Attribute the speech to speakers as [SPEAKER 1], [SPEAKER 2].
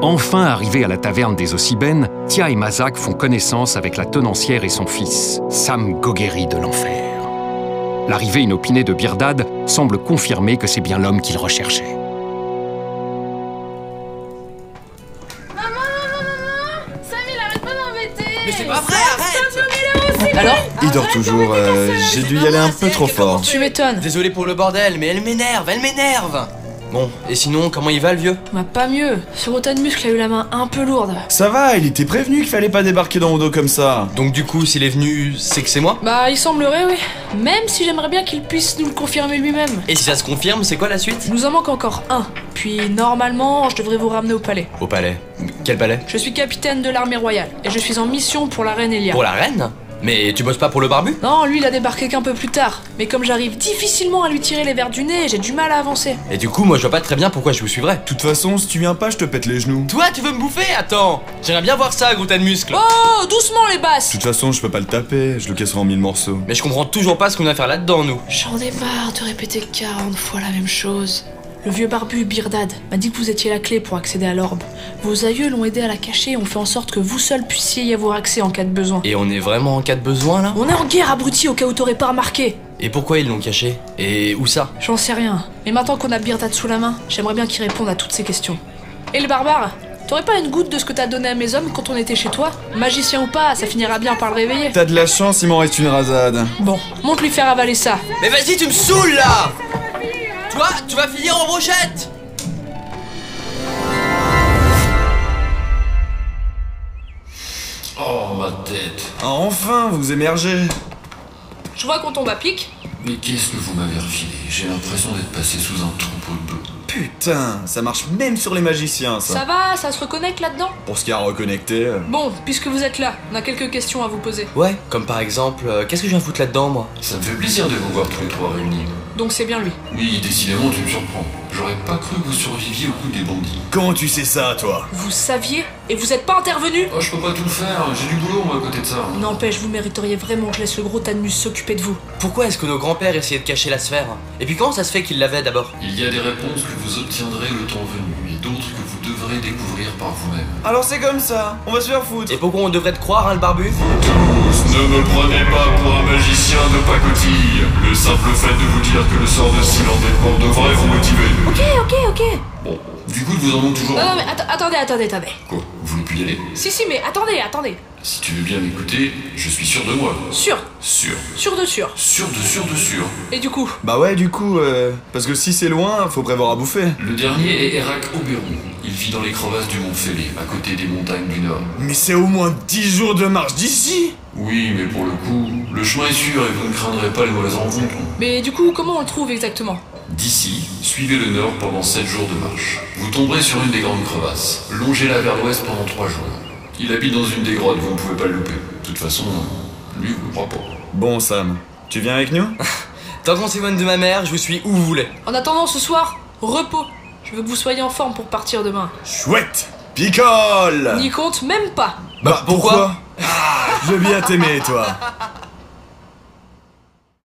[SPEAKER 1] Enfin arrivés à la taverne des Ossibènes, Tia et Mazak font connaissance avec la tenancière et son fils, Sam Gogueri de l'enfer. L'arrivée inopinée de Birdad semble confirmer que c'est bien l'homme qu'il recherchait.
[SPEAKER 2] Maman, maman, maman Sam, il arrête pas d'embêter
[SPEAKER 3] Mais c'est pas vrai, arrête
[SPEAKER 4] Alors
[SPEAKER 5] Il dort toujours, euh, j'ai dû y aller un peu trop fort.
[SPEAKER 4] Tu m'étonnes.
[SPEAKER 3] Désolé pour le bordel, mais elle m'énerve, elle m'énerve Bon, et sinon, comment il va le vieux
[SPEAKER 4] Bah pas mieux. Ce rotin de muscle a eu la main un peu lourde.
[SPEAKER 5] Ça va, il était prévenu qu'il fallait pas débarquer dans mon dos comme ça.
[SPEAKER 3] Donc du coup, s'il est venu, c'est que c'est moi
[SPEAKER 4] Bah il semblerait oui. Même si j'aimerais bien qu'il puisse nous le confirmer lui-même.
[SPEAKER 3] Et si ça se confirme, c'est quoi la suite
[SPEAKER 4] Nous en manque encore un. Puis normalement je devrais vous ramener au palais.
[SPEAKER 3] Au palais. Quel palais
[SPEAKER 4] Je suis capitaine de l'armée royale et je suis en mission pour la reine Elia.
[SPEAKER 3] Pour la reine Mais tu bosses pas pour le barbu
[SPEAKER 4] Non, lui il a débarqué qu'un peu plus tard. Mais comme j'arrive difficilement à lui tirer les verres du nez, j'ai du mal à avancer.
[SPEAKER 3] Et du coup, moi je vois pas très bien pourquoi je vous suivrais.
[SPEAKER 5] De toute façon, si tu viens pas, je te pète les genoux. De
[SPEAKER 3] Toi, tu veux me bouffer Attends J'aimerais bien voir ça, gros tas de muscles
[SPEAKER 4] Oh, doucement les basses
[SPEAKER 5] toute façon, je peux pas le taper, je le casserai en mille morceaux.
[SPEAKER 3] Mais je comprends toujours pas ce qu'on a à faire là-dedans, nous.
[SPEAKER 4] J'en ai marre de répéter 40 fois la même chose. Le vieux barbu Birdad m'a dit que vous étiez la clé pour accéder à l'orbe. Vos aïeux l'ont aidé à la cacher et ont fait en sorte que vous seul puissiez y avoir accès en cas de besoin.
[SPEAKER 3] Et on est vraiment en cas de besoin là
[SPEAKER 4] On est en guerre, abruti, au cas où t'aurais pas remarqué.
[SPEAKER 3] Et pourquoi ils l'ont caché Et où ça
[SPEAKER 4] J'en sais rien. Mais maintenant qu'on a Birdad sous la main, j'aimerais bien qu'il réponde à toutes ces questions. Et le barbare T'aurais pas une goutte de ce que t'as donné à mes hommes quand on était chez toi Magicien ou pas, ça finira bien par le réveiller.
[SPEAKER 5] T'as de la chance, il m'en reste une rasade.
[SPEAKER 4] Bon, monte lui faire avaler ça.
[SPEAKER 3] Mais vas-y, tu me saoules là Toi, tu vas finir en brochette
[SPEAKER 6] Oh ma tête,
[SPEAKER 5] Ah, enfin, vous émergez.
[SPEAKER 4] Je vois qu'on tombe à pic.
[SPEAKER 6] mais qu'est-ce que vous m'avez refilé J'ai l'impression d'être passé sous un troupeau de bœufs.
[SPEAKER 5] Putain, ça marche même sur les magiciens, ça.
[SPEAKER 4] Ça va, ça se reconnecte là-dedans
[SPEAKER 5] Pour ce qui a reconnecté. euh,
[SPEAKER 4] Bon, puisque vous êtes là, on a quelques questions à vous poser.
[SPEAKER 3] Ouais, comme par exemple, euh, qu'est-ce que je viens foutre là-dedans moi
[SPEAKER 6] Ça me fait plaisir de vous voir tous les trois réunis.
[SPEAKER 4] Donc c'est bien lui.
[SPEAKER 6] Oui, décidément, tu me surprends. J'aurais pas cru que vous surviviez au coup des bandits.
[SPEAKER 5] Comment tu sais ça, toi
[SPEAKER 4] Vous saviez et vous êtes pas intervenu
[SPEAKER 6] Oh, je peux pas tout faire, j'ai du boulot moi à côté de ça.
[SPEAKER 4] N'empêche, vous mériteriez vraiment que je laisse le gros Tanmus s'occuper de vous.
[SPEAKER 3] Pourquoi est-ce que nos grands-pères essayaient de cacher la sphère Et puis comment ça se fait qu'ils l'avaient d'abord
[SPEAKER 6] Il y a des réponses que vous obtiendrez le temps venu, et d'autres que vous devrez découvrir par vous-même.
[SPEAKER 5] Alors c'est comme ça, on va se faire foutre.
[SPEAKER 3] Et pourquoi on devrait te croire, hein, le barbu
[SPEAKER 6] Ne me prenez pas pour un magicien de pacotille. Le simple fait de vous dire que le sort de style en devrait vous motiver.
[SPEAKER 4] Ok, ok, ok.
[SPEAKER 6] Bon, du coup, ils vous en ont toujours.
[SPEAKER 4] Non, non, Ah, mais atta- attendez, attendez, attendez.
[SPEAKER 6] Quoi Vous voulez plus y aller
[SPEAKER 4] Si, si, mais attendez, attendez.
[SPEAKER 6] Si tu veux bien m'écouter, je suis sûr de moi.
[SPEAKER 4] Sûr,
[SPEAKER 6] Sûr.
[SPEAKER 4] sûr de sûr.
[SPEAKER 6] Sûr de sûr de sûr.
[SPEAKER 4] Et du coup,
[SPEAKER 5] Bah ouais, du coup, euh, parce que si c'est loin, faut prévoir à bouffer.
[SPEAKER 6] Le dernier est Hérac Oberon. Il vit dans les crevasses du Mont Félé, à côté des montagnes du Nord.
[SPEAKER 5] Mais c'est au moins 10 jours de marche d'ici
[SPEAKER 6] Oui, mais pour le coup, le chemin est sûr et vous ne craindrez pas les mauvaises rencontres.
[SPEAKER 4] mais du coup, comment on le trouve exactement
[SPEAKER 6] D'ici, suivez le Nord pendant 7 jours de marche. Vous tomberez sur une des grandes crevasses. Longez-la vers l'ouest pendant 3 jours. Il habite dans une des grottes, vous ne pouvez pas le louper. De toute façon, hein, lui, vous ne croit pas.
[SPEAKER 5] Bon, Sam, tu viens avec nous
[SPEAKER 3] Tant qu'on s'éloigne de ma mère, je vous suis où vous voulez.
[SPEAKER 4] En attendant ce soir, repos. Je veux que vous soyez en forme pour partir demain.
[SPEAKER 5] Chouette Picole
[SPEAKER 4] N'y compte même pas.
[SPEAKER 3] Bah, pourquoi
[SPEAKER 5] Ah, Je veux bien t'aimer, toi